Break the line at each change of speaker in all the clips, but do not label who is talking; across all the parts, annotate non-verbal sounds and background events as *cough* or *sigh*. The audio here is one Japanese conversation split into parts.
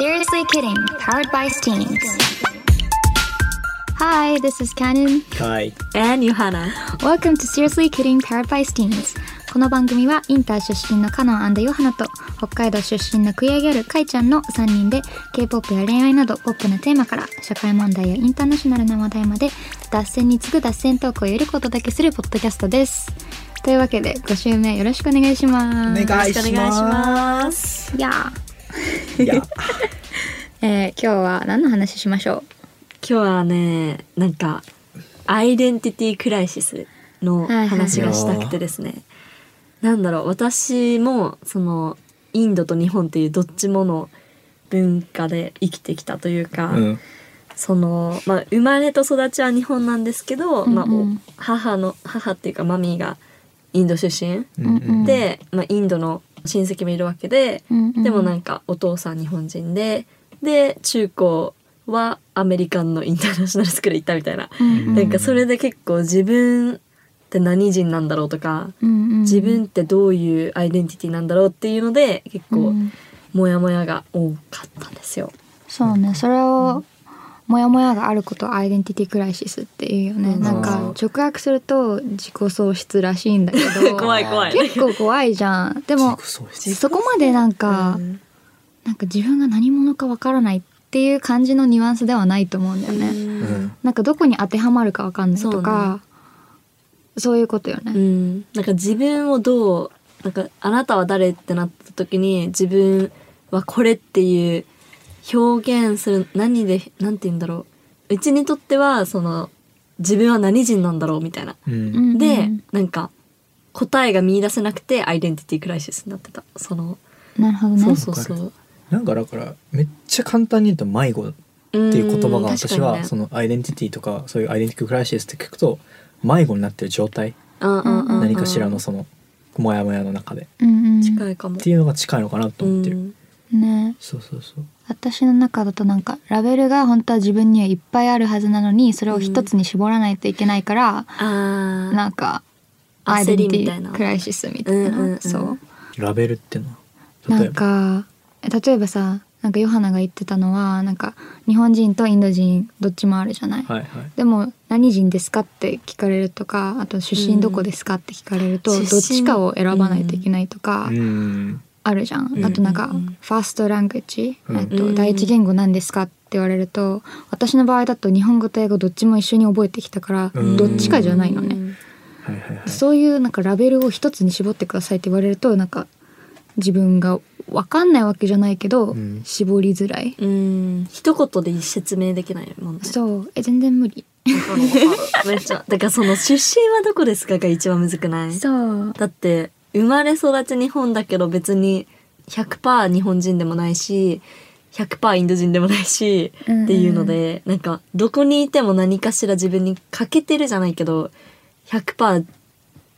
Seriously Kidding, powered by Steams. Hi, this is Canon.
はい。
And Johanna.
Welcome to Seriously Kidding, powered by Steams. この番組はインター出身のカノンヨハナと北海道出身のクイアギャルカイちゃんの3人で K-POP や恋愛などポップなテーマから社会問題やインターナショナルな話題まで脱線に次ぐ脱線トークをよりことだけするポッドキャストです。というわけで5週目よろしくお願いし
お
ます。
願いしま
ます。
いやー
す。いや、
えー今日は何の話しましょ
今日はね、なんか、アイデンティティクライシスの
はいはい
話がしたくてですね。なんだろう、私も、その、インドと日本っていうどっちもの文化で生きてきたというか、
うん。
その、まあ、生まれと育ちは日本なんですけど、まあ
うんうん
お、母の、母っていうかマミーがインド出身
う
うんうん
で、まあ、インドの親戚もいるわけで、
う、うんうん
でもなんかお父さん日本人でで中高はアメリカンのインターナショナルスクール行ったみたいな、
うんうん
なんかそれで結構自分って何人なんだろうとか、
うんうん
自分ってどういうアイデンティティなんだろうっていうので結
う
構
ん
モヤモヤが多かったんですよ。
そうねそれをモヤモヤがあることをアイデンティティクライシスっていうよね、
うん
なんか直訳すると自己喪失らしいんだけど
怖い怖い。
結構怖いじ
*laughs*
ゃんでも
そうです。
そこまでなんか、
うん
なんか自分が何者かわからないっていう感じのニュアンスではないと思うんだよね、
うん。
なんかどこに当てはまるかわかんないとかそう,、いうことよ
う
ね、
ん、なんか自分をどうなんかあなたは誰ってなった時に自分はこれっていう表現する何で何て言うんだろううちにとってはその自分は何人なんだろうみたいな。
う。
うんんうん
でなんか答えが見出せなくてアイデンティティクライシスになってたその、
なるほどね
そうそうそう。
なんかだから、めっちゃ簡単に言うと迷子っていう言葉が私は、そ
の
のアイデンティティとか、そういうアイデンティティクライシスって聞くと、迷子になってる状態、
うん
何かしらのその、モヤモヤの中で。
うんうん
近いかも
っていうのが近いのかなと思って
う
る。
ん
ね
そうそうそう。
私の中だとなんかラベルが本当は自分にはいっぱいあるはずなのにそれを一つに絞らないといけないから、
あー
なんかアイデ
焦
ン
り
テ
みたい
ィ
な
クライシスみたいな、
うんうんうん
そう
ラベルってのは。
な
例え
ん
ば。
か例えばさなんかヨハナが言ってたのはなんか日本人とインド人どっちもあるじゃない、
はいはい。
でも何人ですかって聞かれるとかあと出身どこですかって聞かれると、
うん
どっちかを選ばないといけないとか、
うん。
あるじゃん、
ん
あとなんか、
うん
ファーストラングジ、
うん
えっ
う
と
ん
第一言語なんですかって言われると私の場合だと日本語と英語どっちも一緒に覚えてきたから、
うん
どっちかじゃないのね、
はいはいはい。
そういうなんかラベルを一つに絞ってくださいって言われるとなんか自分が分かんないわけじゃないけど、
うん
絞りづらい、
うん一言で説明できないもんね。
そうえ全然無理
めっちゃ。だからその出身はどこですかが一番むずくない
そう
だって生まれ育ち日本だけど別に100%日本人でもないし100%インド人でもないし
うんうん
っていうのでなんかどこにいても何かしら自分に欠けてるじゃないけど100%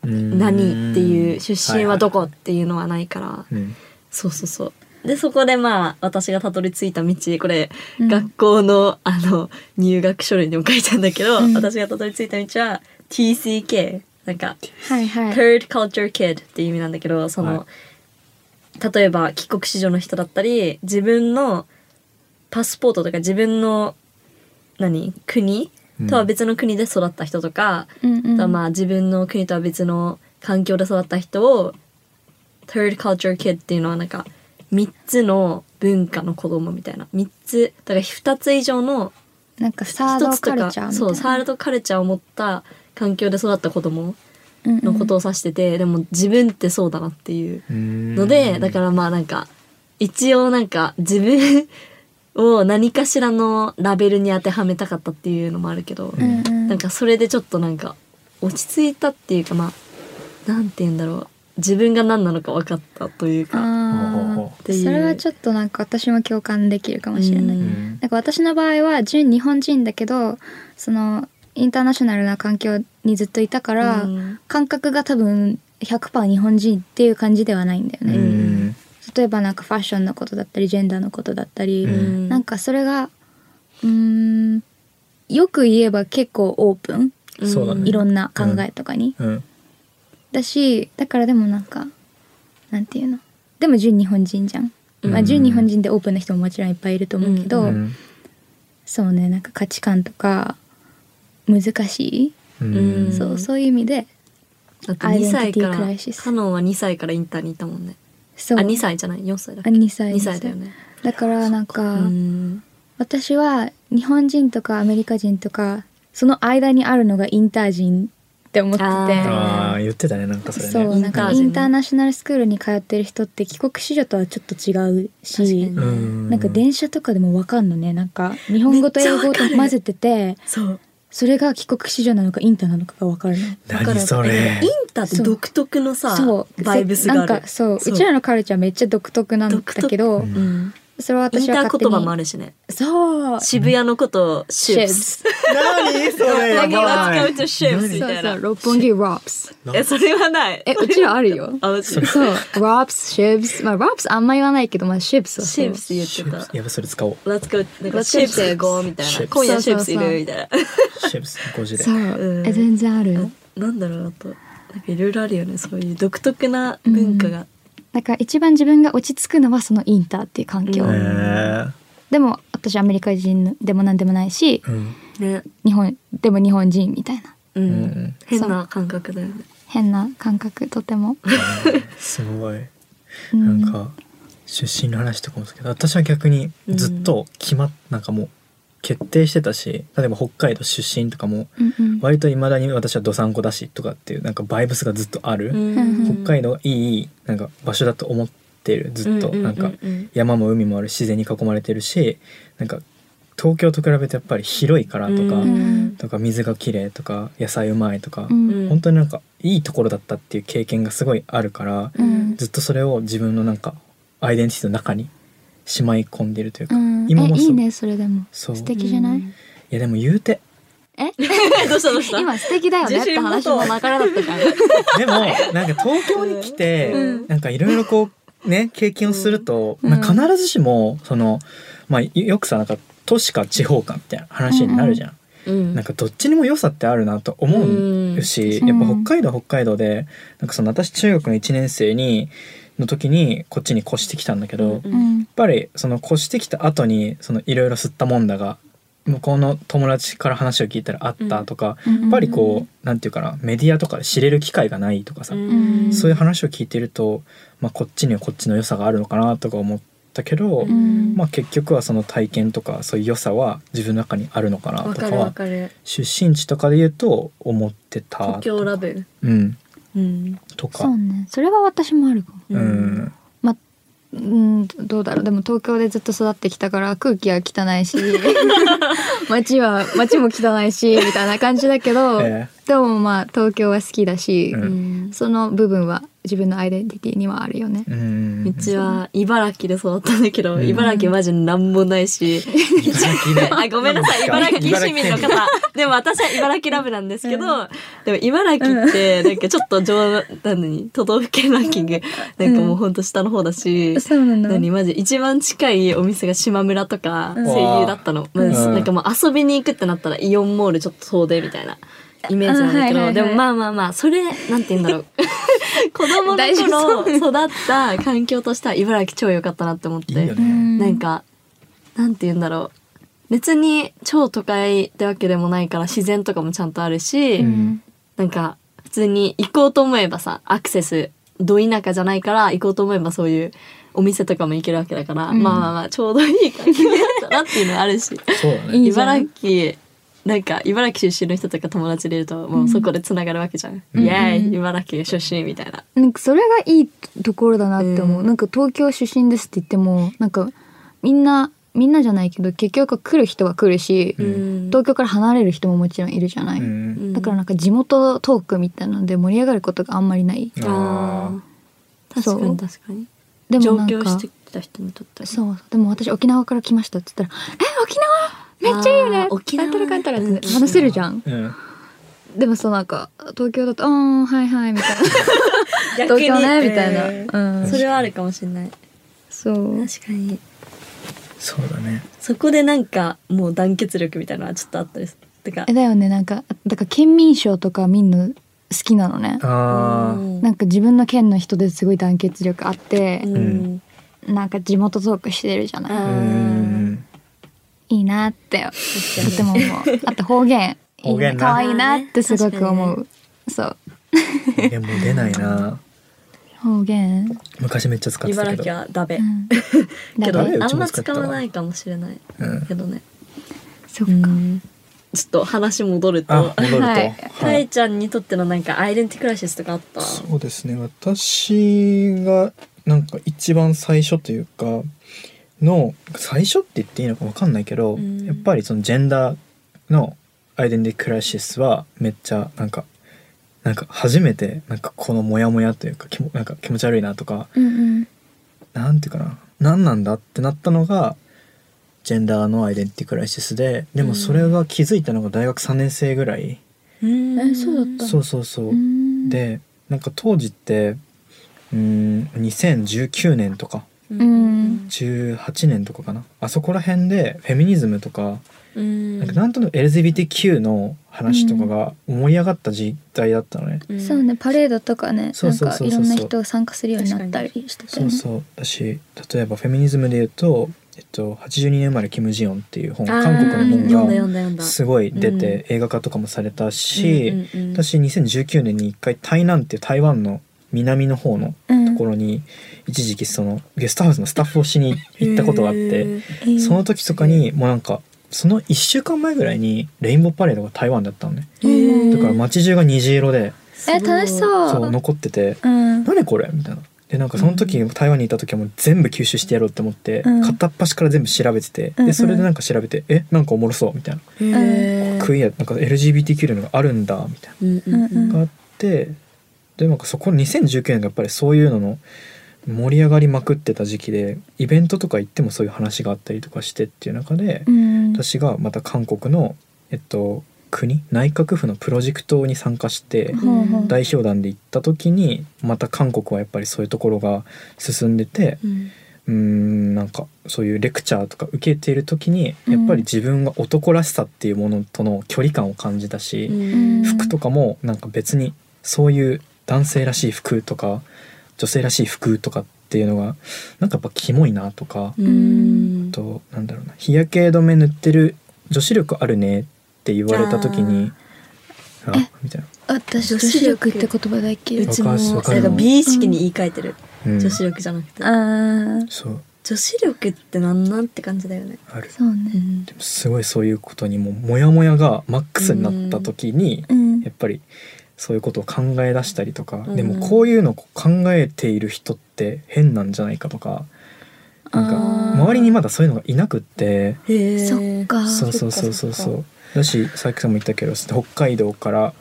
何っていう出身はどこっていうのはないから
うん
そうそうそう。でそこでまあ私がたどり着いた道これ、
うん
学校のあの入学書類にも書いたんだけど、
うん
私がたどり着いた道は TCK なんか
はい
*laughs*
はい、
Third Culture Kid っていう意味なんだけどその、
は
例えば帰国子女の人だったり自分のパスポートとか自分の何国
うん
とは別の国で育った人とか、
うんう
あ
ん
とはまあ自分の国とは別の環境で育った人を Third Culture Kid っていうのはなんか3つの文化の子供みたいな3つだから2つ以上の
なんかサード
1つと
カル
か
チャーみたいな
そうサードカルチャーを持った環境で育った子供
うんうん
のことを指してて、でも自分ってそうだなっていうの
の
でだからまあなんか一応なんか自分を何かしらのラベルに当てはめたかったっていうのもあるけど、
うんうん
なんかそれでちょっとなんか落ち着いたっていうかまあなんて言うんだろう自分が何なのか分かったというか。
ほうほう
あ
ほう
ってい
ー
う
それはちょっとなんか私も共感できるかもしれない、
うん
うん
なんか私の場合は純日本人だけどそのインターナショナルな環境にずっといたから、
うん
感覚が多分100%日本人っていう感じではないんだよ
う
ね、
ん
例えばなんかファッションのことだったりジェンダーのことだったり、
うん
なんかそれがうーんよく言えば結構オープン
そうだね
いろんな考えとかに、
うん
だしだからでもなんかなんていうのでも純日本人じゃん
うん
まあ、純日本人でオープンな人ももちろんいっぱいいると思うけど、
うん
そうねなんか価値観とか難しい、
うん
ん
そうそういう意味で
だって2歳か
アイデンティティクライシ
ら
ス
カノンは2歳からインターにいたもんねあ
そう
2歳じゃない4歳だっ
あ
け
2歳
2歳だよね
だからなんか、
うん
私は日本人とかアメリカ人とかその間にあるのがインター人って思ってて
ああ言ってたねなんかそれね
そう
イン
な
ター人ね
んかインターナショナルスクールに通ってる人って帰国子女とはちょっと違う
確かに
し
ね
うん
なんか電車とかでもわかんのねなんか日本語と英語と混ぜてて
そう
それが帰国子女なのかインターなのかがわかるの。
だから
何それ
インターって独特のさ
そう
バイブスがある
なんかそう
そう
うちらのカルチャーめっちゃ独特なんだけど、
独特
うん
それは
イン
私
タ
は
ー
勝手
言
に
葉もあるしね
そう
渋谷のことをシュープス
何それ
だけは
やば
使
いう
とシュープスみ
そ
た
う
い
そう
な
六本木ロップス
そう
えそれはない
えうちらある *laughs* よ
*laughs* あマジ
そうロップスシェブスまあロップスあんま言わないけどまあシェブスは
シ
そ
ェ
う
プス言って
シェプ
た
スやばいそれ使おう
ラツカなんかシェプスやゴーみたい
シェプ
な
ス
今夜シェプスい
そうそう
る
そう
みたいな
シェブス5時で
そう
うん
え全然あるよ
なんだろうあとなんかいろいろあるよねそういう独特な文化が、
だから一番自分が落ち着くのはそのインターっていう環境、
う
へ
ん
え
でも私アメリカ人でもなんでもないし
うん
ね
日本でも日本人みたいな
うん、
うん
変な感覚だよね
変な感覚とても、
すごいうなんか出身の話とかもですけど私は逆にずっと決まっなんかもう決定してたし例えば北海道出身とかも
うんうん
割といまだに私はどさんこだしとかっていうなんかバイブスがずっとある、
うん
北海道がいいなんか場所だと思ってるずっと、
ううう
なんか
う
山も海もある自然に囲まれてるしなんか東京と比べてやっぱり広いからとか、
うんうん
とか水が綺麗とか野菜うまいとか、
うん
うん
本当になんかいいところだったっていう経験がすごいあるから、
うん
ずっとそれを自分のなんかアイデンティティの中にしまい込んでるというか、
うん
今も
え
そ
い
う
いねそれでも
そう
素敵じゃない、
うん
いやでも言うて
え
*laughs*
*laughs*
どうしたどうした
今素敵だよねって話もなからだったから
*laughs* でもなんか東京に来て、
うん
なんかいろいろこうね経験をすると、
うん
なんか必ずしもその、まあ、よくさなんか都市か地方かみたいな話になるじゃん。
うん
なんかどっちにも良さってあるなと思うし、
うん
やっぱ北海道は北海道でなんかその私中学の1年生にの時にこっちに越してきたんだけど、
う
やっ
うんん
ぱりその越してきた後にそのいろいろ吸ったもんだが向こうの友達から話を聞いたらあったとか、
うん
やっぱりこうなんていうかなメディアとかで知れる機会がないとかさ、
うん
そういう話を聞いてると、まあ、こっちにはこっちの良さがあるのかなとか思ったけど、
うん
まあ、結局はその体験とかそういう良さは自分の中にあるのかな
わ
と
か
か
るわ
は
かる
出身地とかで言うと思ってた
東京ラブ
うん
うん
とか
そうねそれは私もあるかも
う
うん
ん
まあうんどうだろうでも東京でずっと育ってきたから空気は汚いし街は街も汚いしみたいな感じだけど、
え
でもまあ東京は好きだし、
う
うんん
その部分は自分のアイデンティティにはあるよね。
うん
うちは茨城で育ったんだけど、
うん
茨城マジなんもな
*laughs*
いし、
茨城
*laughs*
ね
あごめんなさい茨城市民の
茨
方でも私は茨城ラブなんですけど、でも茨城ってなんかちょっと上何に都道府県ランキングなんかもうほんと下の方だし、
そうな
何マジ一番近いお店が島村とか
うん
声優だったの、まあ
うん
なんかもう遊びに行くってなったらイオンモールちょっと遠出みたいなイメージなんだけど、
あはいはいはい
でもまあまあまあそれなんて言うん
*laughs*
だろう子供の
大丈
頃
夫
育った環境としては茨城超良かったなって思って
いいよ
う
ね
ん
なんかなんて言うんだろう別に超都会ってわけでもないから自然とかもちゃんとあるし、
うん
なんか普通に行こうと思えばさアクセスど田舎じゃないから行こうと思えばそういうお店とかも行けるわけだから、
うん
まあまあまあちょうどいい感じだったなっていうのはあるし
そうだ
い
ね
いじゃん
茨城なんか茨城出身の人とか友達でいるともうそこでつながるわけじゃん、
うん
イエーイ茨城出身みたいな、
なんかそれがいいところだなって思う、
うん
なんか東京出身ですって言ってもなんかみんなみんなじゃないけど結局来る人は来るし、
うん
東京から離れる人ももちろんいるじゃない、
うん
だからなんか地元トークみたいなので盛り上がることがあんまりない
あー
あー確か
そう
に確かに
でも
上
なん
京
か
してきた人にとってはね
そうでも私沖縄から来ましたって言ったら「え沖縄めっちゃいいよ
あ
ね
ー沖縄
なんたらかんたら」って
うん
話せるじゃん、
うん
でもそうなんか東京だと「あーはいはい」みたいな「
*laughs* 逆
東
に
京ね」みたいな、
え
う
ー
ん
それはあるかもしれない
そう
確かに
そうだね
そこでなんかもう団結力みたいなのはちょっとあったですてか
えだよねなんかだから県民賞とか見んの好きなのね
あ
うん
なんか自分の県の人ですごい団結力あって、
うん
なんか地元トークしてるじゃない、
あー
うん
*laughs*
いいなってとても思うあと方言いい
方言
な
な
可愛いなってすごく思う、そう
方言も出ないな
方言、
昔めっちゃ使ってた
茨
け
城
ど
はダ
*laughs*
ベ、
うん、
けど
だ
ダ
ね
メ
あ
うんちも
ま
使っ
使
たわ
わないかもしれない
うん
けどね、
そっか、
ちょっと話戻る
あ
と
戻ると
はい
かいちゃんにとってのなんかアイデンティクライシスとかあった
そうですね私がなんか一番最初というかの最初って言っていいのか分かんないけど、
うん
やっぱりそのジェンダーのアイデンティクライシスはめっちゃなんかなんか初めてなんかこのモヤモヤというか気もなんか気持ち悪いなとか
うんうん
なんていうかな何なんだってなったのがジェンダーのアイデンティクライシスででもそれが気づいたのが大学3年生ぐらい、
うん
えそうだった
そうそうそう、
うん
でなんか当時ってうーん2019年とか
うん
18年とかかなあそこら辺でフェミニズムとか
うん
なんかなんとなく LGBTQ の話とかが盛り上がった時代だったのね。
うん
そうねパレードとかね
そ
な
うんそう
か
そうそ
い
う
ろんな人が参加するようになったりしてた
そ
よ
う
ね
そうだし例えばフェミニズムで言うと、えっと、82年生まれキム・ジヨンっていう本
あー
韓国の
読んだ
本
読んだ読ん
が
だ
すごい出
う
て映画化とかもされたし、
うんうんうん
私2019年に一回台南っていう台湾の南の方の
うん
ところに一時期そのゲストハウスのスタッフをしに行ったことがあっ
へ
て
ー
その時とかにもうなんかその1週間前ぐらいにレインボーパレードが台湾だったのね
うん
だから街中が虹色で
え楽しそう
そう残ってて
うん
「何これ?」みたいな。でなんかその時台湾にいた時はもう全部吸収してやろうって思って
うん
片っ端から全部調べてて
うんうん
でそれでなんか調べて「えなんかおもろそう」みたいな
うん
「クイアなんか LGBTQ のがあるんだ」みたいな。
うんうんうん
があってでなんかそこ2019年がやっぱりそういうのの盛り上がりまくってた時期でイベントとか行ってもそういう話があったりとかしてっていう中で、
うん
私がまた韓国の、えっと、国内閣府のプロジェクトに参加して
ほうほう
代表団で行った時にまた韓国はやっぱりそういうところが進んでて
うん
うーんなんかそういうレクチャーとか受けている時にやっぱり自分が男らしさっていうものとの距離感を感じたし。
うん
服とかもなんか別にそういう男性らしい服とか女性らしい服とかっていうのがなんかやっぱキモいなとか、
うん
あとなんだろうな日焼け止め塗ってる女子力あるねって言われた時にあみたいな、
私女子力って言葉だけ
う
嫌
わ
ち
か
も
る
なん
わかる
か美意識に言い換えてる、
うん、
女子力じゃなくて
あー
そう
女子力ってなんなんって感じだよね、
ある
そうね
でもすごいそういうことにもうモヤモヤがマックスになった時に、
うん
やっぱりそういうことを考え出したりとか、
うん
でもこういうのを考えている人って変なんじゃないかとかなん
あー
か周りにまだそういうのがいなくって
へえ
そっか
そうそうそうそうそうだしさっきさんも言ったけど北海道から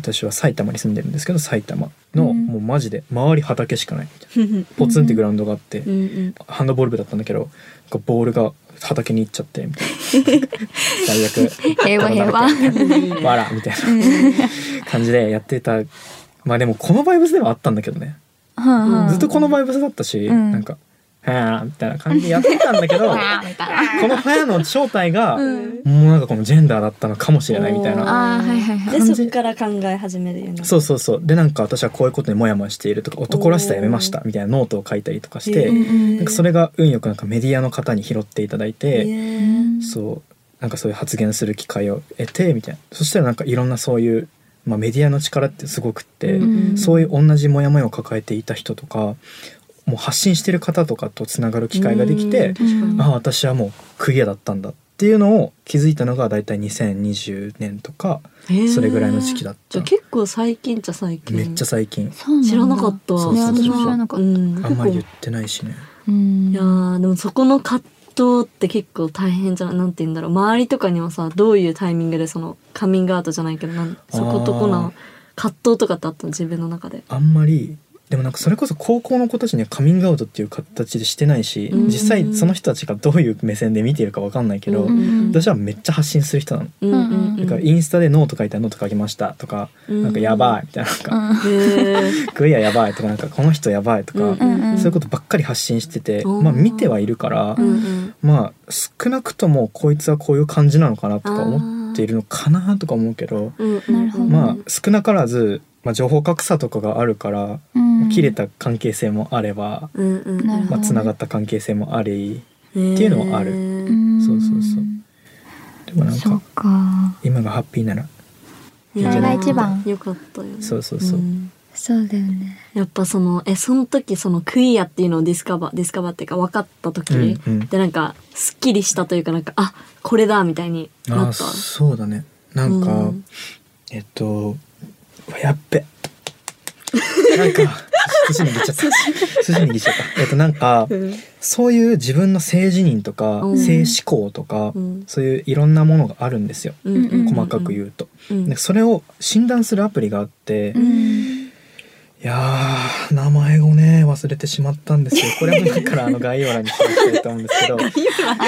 私は埼玉に住んでるんですけど埼玉の、
うん
もうマジで周り畑しかないみたいな
うん
ポツンってグラウンドがあって、
うん
ハンドボール部だったんだけどこうボールが畑に行っちゃってみたい
*laughs*
な最悪
平和平和
ダメダメ
いいね
わらみたいな感じでやってたまあでもこのバイブスではあったんだけどね
は
うん
あ
ずっとこのバイブスだったし、
うん
なんか「はあ」みたいな感じでやってたんだ
*laughs*
けどこの「はや」の正体が、
うん
もうなんかこのジェンダーだったのかもしれないみたい
おー
な。
あーはいはいはい
で
感じ
そっから考え始めるようにな
そうそうそうでなんか私はこういうことにモヤモヤしているとか男らしさやめましたみたいなノートを書いたりとかして、
へー
なんかそれが運よくなんかメディアの方に拾っていただいて、
へー
そうなんかそういう発言する機会を得てみたいなそしたらなんかいろんなそういう、まあ、メディアの力ってすごくって、
うん
そういう同じモヤモヤを抱えていた人とかもう発信してる方とかとつながる機会ができて、
うん
ああ私はもうクリアだったんだっていうのを気づいたのが大体2020年とか
うん
それぐらいの時期だった
じゃあ結構最近じゃ最近
めっちゃ最近
そうなんだ
知らなかった
ね私も知らなかった
うん
あんまり言ってないしね。
うん
いやーでもそこの葛藤って結構大変じゃないなんて言うんだろう周りとかにはさどういうタイミングでそのカミングアウトじゃないけどなんそことこの葛藤とかってあったの自分の中で。
あんまりでもなんかそれこそ高校の子たちにはカミングアウトっていう形でしてないし、
うん
実際その人たちがどういう目線で見ているかわかんないけど、
うんうん
私はめっちゃ発信する人なの。
うんうんうん、
だからインスタでノート書いたらノート書きましたとか、
うん
なんかやばいみたいななん
う
か、
ん
へー
クイアやばいとかなんかこの人やばいとか、
うんうんうん
そういうことばっかり発信してて、
うん
まあ見てはいるから、
うんうん
まあ少なくともこいつはこういう感じなのかなとか思っているのかなとか思うけど、
うんうんうん
なるほど
まあ少なからずまあ、情報格差とかがあるから、
うん
切れた関係性もあれば、
うんうんうん
なるほ
ま
ど
あ、
ね
つながった関係性もあり
てい
いうのもある
ん
そうそうそうでもなん
そう
か
か
今がハッピーなら
そ
それが
一番
よかったよね
そうそうそうん
そうだよね
やっぱそのえその時そのクイアっていうのをディスカバーディスカバーっていうか分かった時、
うんうん
でなんかすっきりしたというかなんかあこれだみたいにな
あ
った
そうだねなんか、
うん
えっとうわやっべ *laughs* なんか寿司握っちゃった寿司握っちゃったえっとなんか
うん
そういう自分の性自認とか、
うん
性思考とか、
うん
そういういろんなものがあるんですよ
うんうんうん
細かく言うと、
うん
でそれを診断するアプリがあって、
う
い
ん
やー名前をね忘れてしまったんですよこれもだからあの概要欄に記載したいと思うんですけど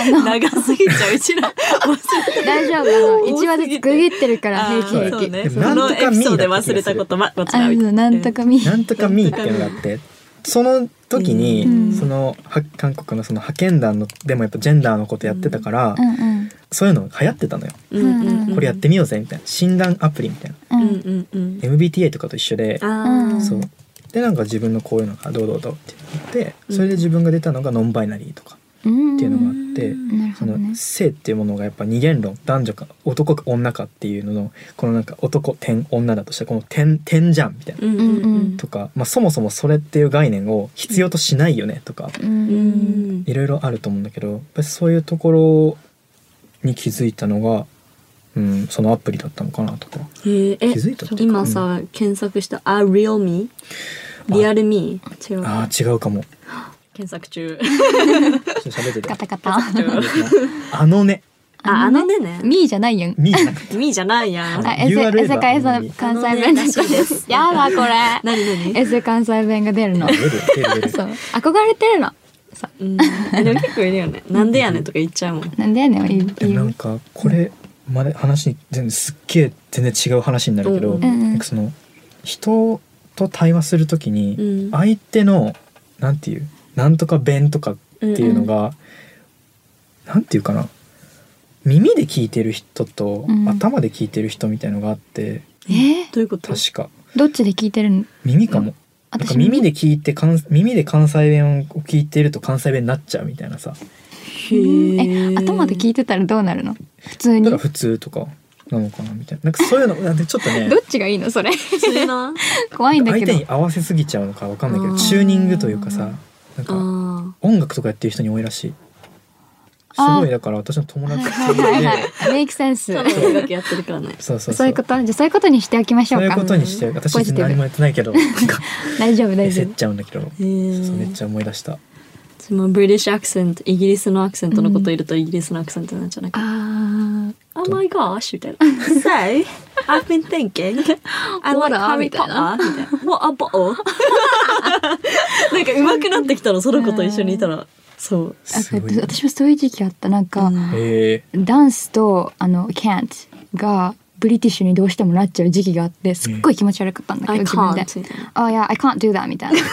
今長すぎちゃううちら忘れて
大丈夫あの一話で
多すぎて
ググってるから
あ
平
ー
気
そう
平気
ね
でも
そ
なんと
の
か
エピソードで
ミーだった気
忘
が
れ
す
た
る
ことまこちら
あ
み
の
たい
なんとかみ
なんとかミーっていうのがあってその時に、
うん
そのは韓国のその派遣団のでもやっぱジェンダーのことやってたから、
うんうん
そういうの流行ってたのよ、
うんうんうん
これやってみようぜみたいな診断アプリみたいな
うん
うんうんうん、
MBTA とかと一緒で、
あー
そうでなんか自分のこういうのがどうどうどうって言ってそれで自分が出たのがノンバイナリーとか、
うん
っていうのがあって
なる
そ
ほどね
の性っていうものがやっぱ二元論男女か男か女かっていうののこのなんか男点女だとしたらこの点点じゃんみたいな。
うんうんうん
とか、まあ、そもそもそれっていう概念を必要としないよねとか
う
うんん
いろいろあると思うんだけどやっぱりそういうところに気づいたのが、うん、そのアプリだったのかなとか
へええ
気づいたっていうか
今さ検索した「あ real me」リアルミー違う
あー違うかも
検索中
ちょっと喋ってて
カタカタあ
あのね
ああのねね
ミーじゃないやん
みーなくて
ミーじゃないやん
あエセ
URL
エセかエ
はあの
セ
ミー
関西弁
あのねらしいです
やだこれ
何何
エセ関西弁が出るの
*laughs* 出る出る出る
そう憧れてるのそう
うんでも結構いるよねなんでやねんとか言っちゃうもん
なんでやねんいい
でもなんかこれまで話に全然すっげえ全然違う話になるけど、
うん
うん
なんかその人と対話するときに
うん
相手のなんていうなんとか弁とかっていうのが、なんていうかな耳で聞いてる人と
うん
頭で聞いてる人みたいのがあって、
えー
どういうこと
確か
どっちで聞いてるの
耳かも。なんか耳で聞いて関耳で関西弁を聞いてると関西弁になっちゃうみたいなさ
へ
え頭で聞
い
いてたらどうなるの普通
だ
に
から
ど
普通とかなのかなみたいななんかそういう
*laughs*
のなんでちょっとね
っちがいいのそ
*laughs*
れ
てな
怖いんだけ
相
ど
手に合わせすぎちゃうのかわかんないけ
あ
ど
ー
チューニングというかさなん
あ
か
ー
音楽とかやってる人に多いらしいす
あー
ごいだから私の友達
はいはいはいメイクセンス
ただ音楽やってるからね
そう
そ
そうそう
いううことじゃあそういうことにしておきまし
そ
ょ
う
う
いう
か
ことにして私
ポジ
別
ティブ
に何もやってないけどなんか
大丈夫 *laughs* 大
え
丈
せっ
夫
ちゃうんだけど
へー
そうめっちゃ思い出した
そのブリティッシュアクセントイギリスのアクセントのこといるとイギリスのアクセントになっちゃうなんか
あ
「Oh my gosh」みたいな「Say I've been thinking I like
What a-
Harry
みたい
Potter」
な
みたい *laughs* な「What about?」なんか上手くなってきたのその子と一緒にいたらそう
ー
す
あ
ごいね
私もそういう時期あったなんか、
うん
え
ダンスとあの can't がブリティッシュにどうしてもなっちゃう時期があってすっごい気持ち悪かったんだけど、
I
自分で
can't みたいな
「あいや I can't do that」み
*laughs*
たいな
ち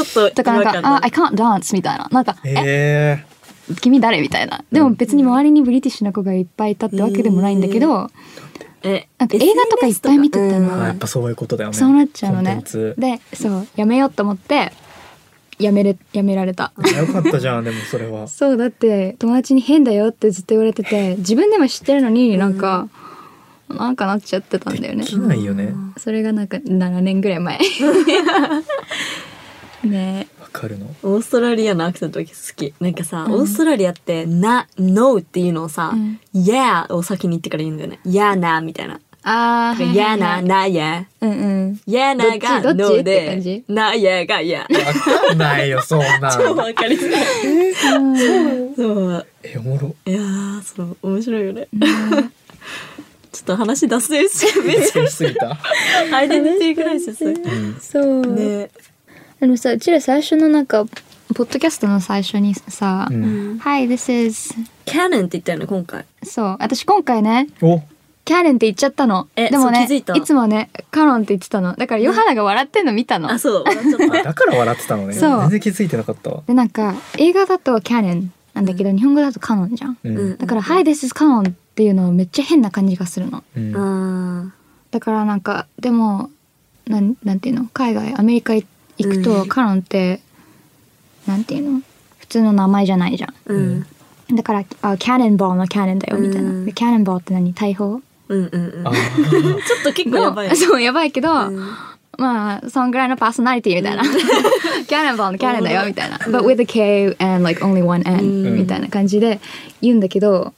ょっと
とかなんか「あ I can't dance」みたいななんか「
ー、
え
え
君誰?」みたいなでも別に周りにブリティッシュな子がいっぱいいたってわけでもないんだけど、
え
なんか映画とかいっぱい見てたよ
ー、
な
あやっぱそういうことだよね
そうなっちゃうの
コン
ね
テンツ
でそうやめようと思ってやめれやめられた
よかったじゃんでもそれは
そうだって友達に変だよってずっと言われてて自分でも知ってるのになんか、なんかなっちゃってたんだよね
できないよね
それがなんか7年ぐらい
*laughs*
前ね
わかるの
オーストラリアのアクセントが好きなんかさ、
うん
オーストラリアって「な」「no」っていうのをさ
うん
「yeah」を先に言ってから言うんだよね「yeah な」みたいな「
ああ
yeah な」「な yeah」
うんうん
「yeah な」が
どっちどっち
no
って感じ
で「な yeah」が yeah
*laughs*
わかんないよそん
*laughs*
な
超
ん
わかりづらいそう
えおもろ
いやーそう面白いよねちょっと話出せ
*laughs*
るしめっち
失礼しすぎた、
ゃアイデンティティクライシスね
うん、
そう、でもさうちら最初のなんかポッドキャストの最初にさ「
うん、
Hi this is
キャノンって言ったよね今回」
そう私今回ね
お
キャーレンって言っちゃったの。
え
でもね、
そう気づいた
つもね、カロンって言ってたの。だから、ヨハナが笑ってんの見たの
あ。そう笑っちゃっ
あだから笑ってたのね
そう
全然気づいてなかったわ、
で、なんか、映画だとキャーレンなんだけど、日本語だとカノンじゃん。
うん
うん
だから、Hi, this is カノンっていうのめっちゃ変な感じがするの。
うん
たあ
だから、なんか、でも、なんなんていうの海外アメリカ行くと、
うん
カノンってなんていうの普通の名前じゃないじゃん
うん
だからあキャノンボールのキャノンだよみたいな、
うん
でキャノンボールって何大砲
うんうん
あ
うん
ー
ちょっと結構やばい
のそうやばいけど、
うん
まあそんぐらいのパーソナリティみたいな *laughs* キャノンボールのキャノンだよみたいな But with a K and like only one N、
うん
みたいな感じで言うんだけど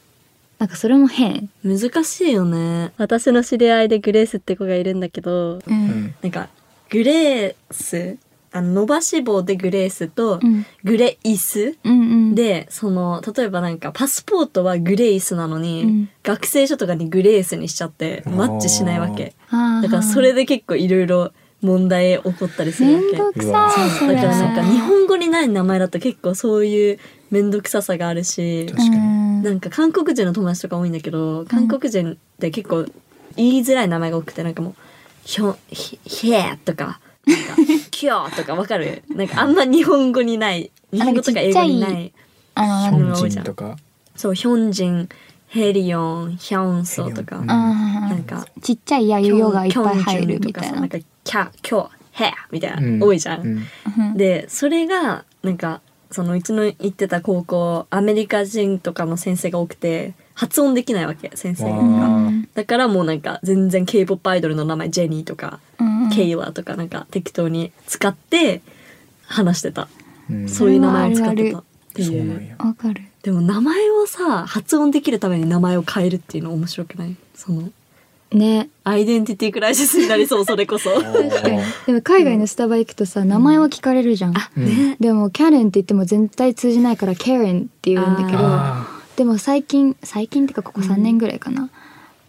なんかそれも変、
難しいよね
私の知り合いでグレースって子がいるんだけど
う
うんん
なんかグレースあの伸ばし棒でグレースと
うん、
グレイス
うんうん
でその例えばなんかパスポートはグレイスなのに、
うん
学生証とかにグレースにしちゃって
あー
マッチしないわけ
あー
だからそれで結構いろいろ問題起こったりする
め
わ
ん
け
どくさ
うわ
いそ
だ
れ
からなんか日本語にない名前だと結構そういう面倒くささがあるし
確かに
うん
なんか韓国人の友達とか多いんだけど韓国人って結構言いづらい名前が多くてなんかもう「ひょひひえ」とか「なんかきょう」とかわ
*laughs*
かるなんかあんま日本語にない日本語とか英語にな
なんかちっちゃあ
い
の
ヒョンジンとか
そうヒョンジンヘリオンヒャオンソと
ヘリ
か
オン
あ
なんか
ーちっちゃいや
キ
ゆよがいっぱい入る
ョンジン
みた
とか
い
さ
な。
なんか「きゃきょうへえ」みたいな、
うん
多いじゃん
う、ん
うん
でそれがなんかそのうちの行ってた高校アメリカ人とかの先生が多くて発音できないわけ先生
わ
う
ー
が。
ん
だからもうなんか全然 k p o p アイドルの名前ジェニーとか、
うん
ケイラとかなんか適当に使って話してた、
うん
そういう名前を使ってたって
そう
い
な
うん *laughs*
や
わかる。
でも名前をさ発音できるために名前を変えるっていうの面白くないその
ね。
アイデンティティクライシスになりそうそれこそ
確
確かに。でも海外のスタバ行くとさ、名前は聞かれるじゃん。
ね
でもキャレンって言っても全体通じないからキャレンって言うんだけど、
あ
でも最近最近ってかここ
うん
3年ぐらいかな。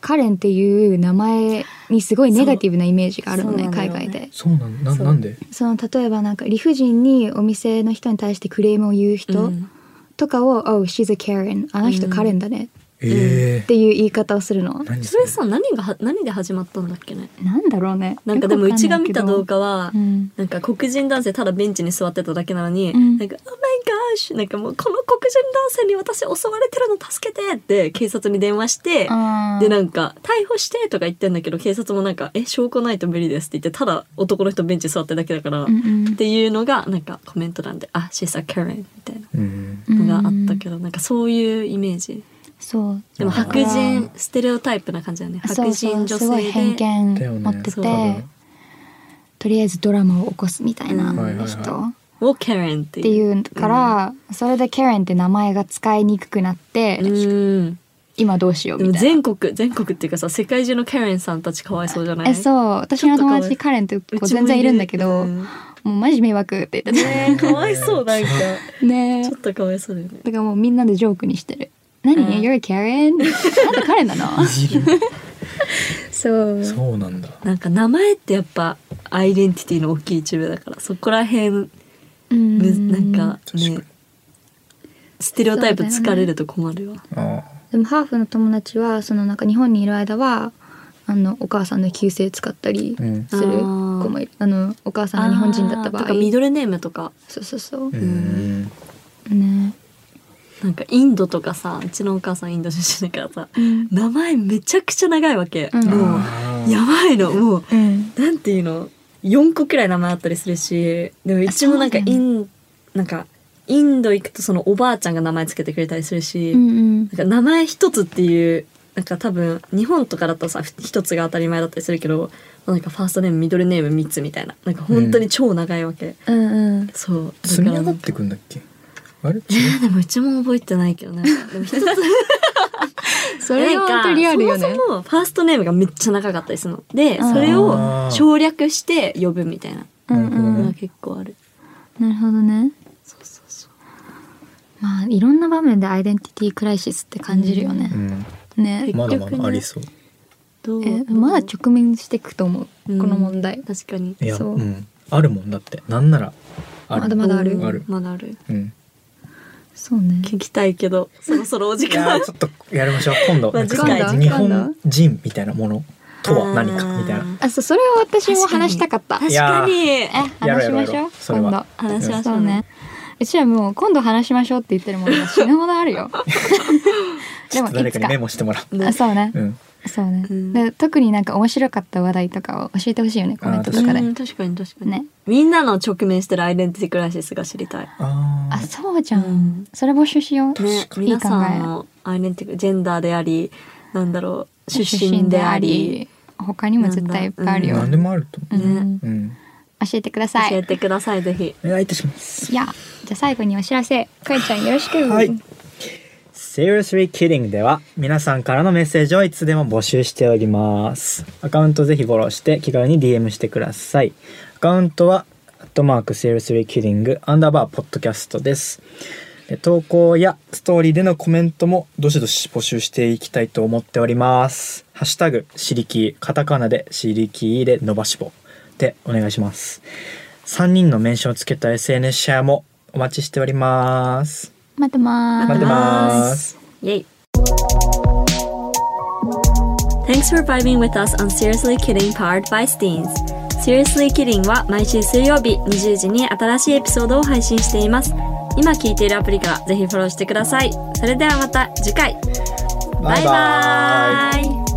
カレンっていう名前にすごいネガティブなイメージがあるのね
そう
海外
そうなのよ
で
ーそうなんな
そう
なんで
その例えばなんか理不尽にお店の人に対してクレームを言う人、
うん
とかを「Oh, she's a Karen」「あの人カレンだね」
え
っ
え
ていう言い方をするの。
何
それさ何がは何で始まったんだっけね
なんだろうね。
なんかでもうちが見た動画は、
うん。
なんか黒人男性ただベンチに座ってただけなのに、
うん
なんか「Oh my gosh!」なんかもうこの黒人男性に私襲われてるの助けてって警察に電話して、
あ
で
ー
なんか「逮捕して!」とか言ってんだけど警察もなんか「え証拠ないと無理です」って言ってただ男の人ベンチに座ってるだけだから、
うん
っ
うん
ていうのがなんかコメント欄で「あ she's a Karen」みたいな *laughs*
うん
うん
のがあったけど、なんかそういうイメージ
そう
でも
あー
白人ステレオタイプな感じだよね
そ
白
うそ
人
う
女
すごい
性
偏
で
見
だよね
持ってて、
そう多
分
とりあえずドラマを起こすみたいな
うん
人、
はいはいはい
っ
を Karen って
て
いう。
いうから、それでキャレンって名前が使いにくくなって、
うん
今どうしよう
でも
みたいな。
全国全国っていうかさ世界中のカレンさんたちかわいそうじゃない
えそう私の友達にカレンっていう
う
子
ちも
全然いるんだけど、
う
も
ん
うマジ迷惑って言って
ねえかわいそうなんか
たね
*laughs* ちょっとかわいそうだよね
だからもうみんなでジョークにしてる。何、
うん
?You're a Karen? あんたカレン
*laughs*
なの
いじる
そう
そうなんだ
なんか名前ってやっぱアイデンティティの大きい一部だからそこら辺む
うん
なんか
確
ね
かに
ステレオタイプ疲れると困るわ、
あ
でもハーフの友達はそのなんか日本にいる間はあのお母さんの旧姓使ったり
ーうん
する
あ
子
ー
もいるあのお母さんが日本人だった場
あーとか
合
ミドルネームとか
そうそうそう
う
ね
ん
なんかインドとかさうちのお母さんインド出身だからさ
うん
名前めちゃくちゃ長いわけ、
うん
もう
あー
やばいのもう
うん
なんていうの4個くらい名前あったりするしでもうちもなんか
あそう
イ
だよ
ン、なんかインド行くとそのおばあちゃんが名前つけてくれたりするし、
うんうん
なんか名前一つっていうなんか多分日本とかだったらさふ一つが当たり前だったりするけどなんかファーストネームミドルネーム3つみたいななんか本当に超長いわけ、
うんうん
そう
積み上が
だ
っ
か
て
ら
くんだっけあれ
なんかでもうちも覚えてないけどねでも一つ
それが
なん
本
か
当リアルよ
そ
ね
もそもファーストネームがめっちゃ長かったりするので
あー
*laughs* それを省略して呼ぶみたいな
うん
う
うん
の
な
が
る
結構ある、
ほどね
そうそうそう
まあいろんな場面でアイデンティティクライシスって感じるよね
う、ん
ね
まだまだありそう
どう
えまだ直面していくと思う、
うん
この問題
確かに
いや
そううん
あるもんだってなんならあ
まだ
る
まだある
うん
ある
まだある
うん
そうね
聞きたいけどそろそろお時
いや
間
ーちょっとやりま
*laughs*
しょう今度
まあ
なんか
次回
その
次
日
回
本人みたいなものとは何かみたいな
あそうそれを私も話したかった
確
いや
かに
え話しましょ
やろうやろうやろ
う
うそれ
今度
は
話しましょ
そううね
ね
うちはもう今度話しましょうって
*laughs*
言ってるものが死ぬほどあるよで
ちょ
も
っと誰
い
か
つ
に
か
メモしてもらう
あそうね
うん
そうね、
うん
だから特になんか面白かった話題とかを教えてほしいよねコメントとかで
うん確かに確かに、
ね
みんなの直面してるアイデンティティクライシスが知りたい、
あ
あ
あ
そうじゃん、
うん
それ募集しよう、
ね、
いい
皆
考
さん
え
のアイデンティティジェンダーでありなんだろう出
出
身であり
他にも絶対いっぱいあるよ、
な
何でもあると
うん
思
んだ
うん
う、うん、
教えてください
教えてくださいぜひ
お願いいたします
いやじゃあ最後にお知らせかいちゃんよろしく
はい Seriously Kidding では皆さんからのメッセージをいつでも募集しておりますアカウントぜひフォローして気軽に DM してくださいアカウントはアットマーク Seriously Kidding アンダーバーポッドキャストですで投稿やストーリーでのコメントもどしどし募集していきたいと思っておりますハッシュタグシリキーカタカナでシリキーで伸ばし棒でお願いします3人のメンションをつけた SNS シェアもお待ちしております
待ってま
待
ー
って
す
ます
イェイ Thanks for vibing with us on Seriously Kidding powered by Steens Seriously Kidding は毎週水曜日20時に新しいエピソードを配信しています今聞いているアプリからぜひフォローしてくださいそれではまた次回バイババイバーイ